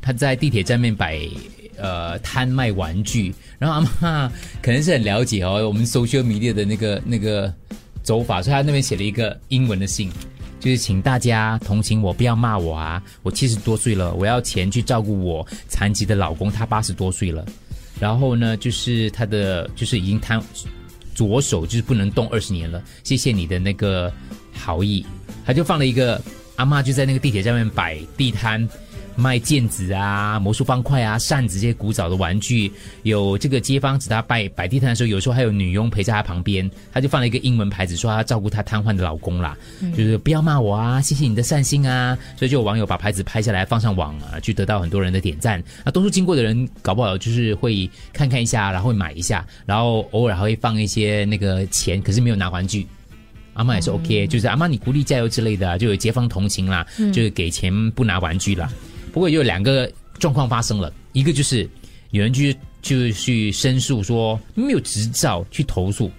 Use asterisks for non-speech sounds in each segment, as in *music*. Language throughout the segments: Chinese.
他在地铁站面摆呃摊卖玩具，然后阿妈可能是很了解哦我们 social media 的那个那个走法，所以他那边写了一个英文的信，就是请大家同情我，不要骂我啊！我七十多岁了，我要钱去照顾我残疾的老公，他八十多岁了。然后呢，就是他的就是已经瘫，左手就是不能动二十年了，谢谢你的那个好意。他就放了一个阿妈就在那个地铁上面摆地摊。卖毽子啊、魔术方块啊、扇子这些古早的玩具，有这个街坊指他摆摆地摊的时候，有时候还有女佣陪在他旁边，他就放了一个英文牌子，说他照顾他瘫痪的老公啦，就是不要骂我啊，谢谢你的善心啊。所以就有网友把牌子拍下来放上网啊，去得到很多人的点赞。那多数经过的人，搞不好就是会看看一下，然后会买一下，然后偶尔还会放一些那个钱，可是没有拿玩具。阿妈也是 OK，、就是阿妈你鼓励加油之类的、啊，就有街坊同情啦，就是给钱不拿玩具啦。不过也有两个状况发生了，一个就是有人去就去申诉说没有执照去投诉，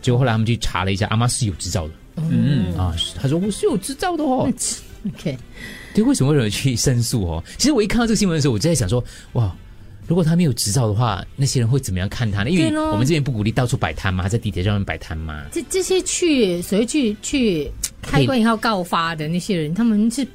结果后来他们去查了一下，阿妈是有执照的。嗯啊，是他说我是有执照的哦。 OK，对，为什么会有人去申诉哦？其实我一看到这个新闻的时候，我就在想说，哇，如果他没有执照的话，那些人会怎么样看他呢？因为对咯我们这边不鼓励到处摆摊嘛，在地铁上面摆摊嘛。这这些去所谓去去开关以后告发的那些人，他们是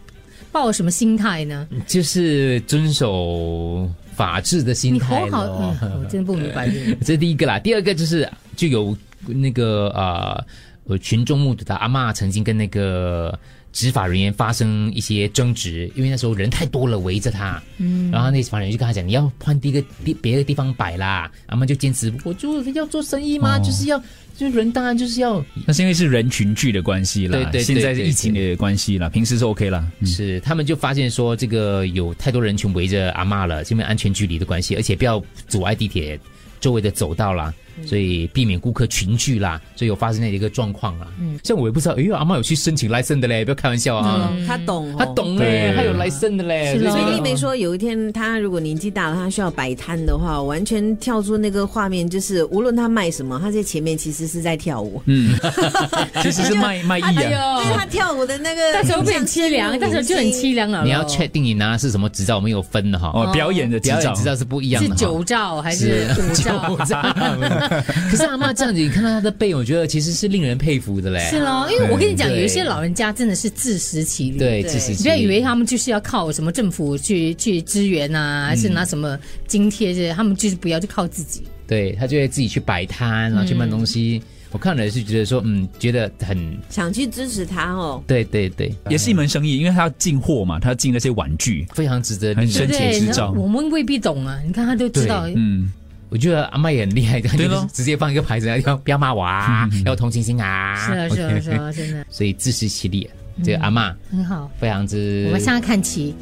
抱什么心态呢？嗯就是遵嗯守法治的心你态活好，咯。嗯我真的不明白这个。 *laughs* 这是第一个啦，第二个就是就有那个呃呃群众目睹到阿嬷曾经跟那个执法人员发生一些争执，因为那时候人太多了围着他，嗯，然后那执法人员就跟他讲，你要换第一个地别的地方摆啦，阿嬷就坚持我就是要做生意嘛，哦就是要就人当然就是要那是因为是人群聚的关系啦，对对对现在是疫情的关系啦，平时是 OK 啦。嗯是，他们就发现说，这个有太多人群围着阿嬷了，是因为安全距离的关系，而且不要阻碍地铁周围的走道啦，所以避免顾客群聚啦，嗯所以有发生那一个状况啦。嗯，像我也不知道，哎呦，阿嬷有去申请 license 的嘞，不要开玩笑啊，嗯，他懂哦，她懂嘞对，她有 license 的嘞，是所以咯所这以个丽梅说，有一天她如果年纪大了，她需要摆摊的话，完全跳出那个画面，就是无论她卖什么，她在前面其实是在跳舞。嗯， *laughs* 其实是卖卖呃哎艺哎啊。对她跳舞的那个，到时候会很凄凉，到时候就很凄凉了咯。你要确定你拿的是什么执照，我们有分的哈。哦，表演的执表照演执照是不一样是的哈，九兆还是五 *laughs* 兆？可是阿嬷这样子，你看到她的背，我觉得其实是令人佩服的嘞。是咯，因为我跟你讲，对有一些老人家真的是自食其力。对，对自食你其不要以为力他们就是要靠什么政府去去支援嗯啊，还是拿什么津贴这些，他们就是不要，就靠自己。对他就会自己去摆摊，然后去卖东西。嗯我看了是觉得说，嗯，觉得很想去支持她哦。对对对，也是一门生意，因为他要进货嘛，他要进那些玩具。非常值得很令深对人。不申请对？执照那我们未必懂啊，你看他都知道，嗯，我觉得阿麦也很厉害，他就对是咯直接放一个牌子，要不要骂我啊，要同情心啊，嗯是啊是啊是啊，真的所以自食其力，这个阿妈很好。非常之。我们下次看齐。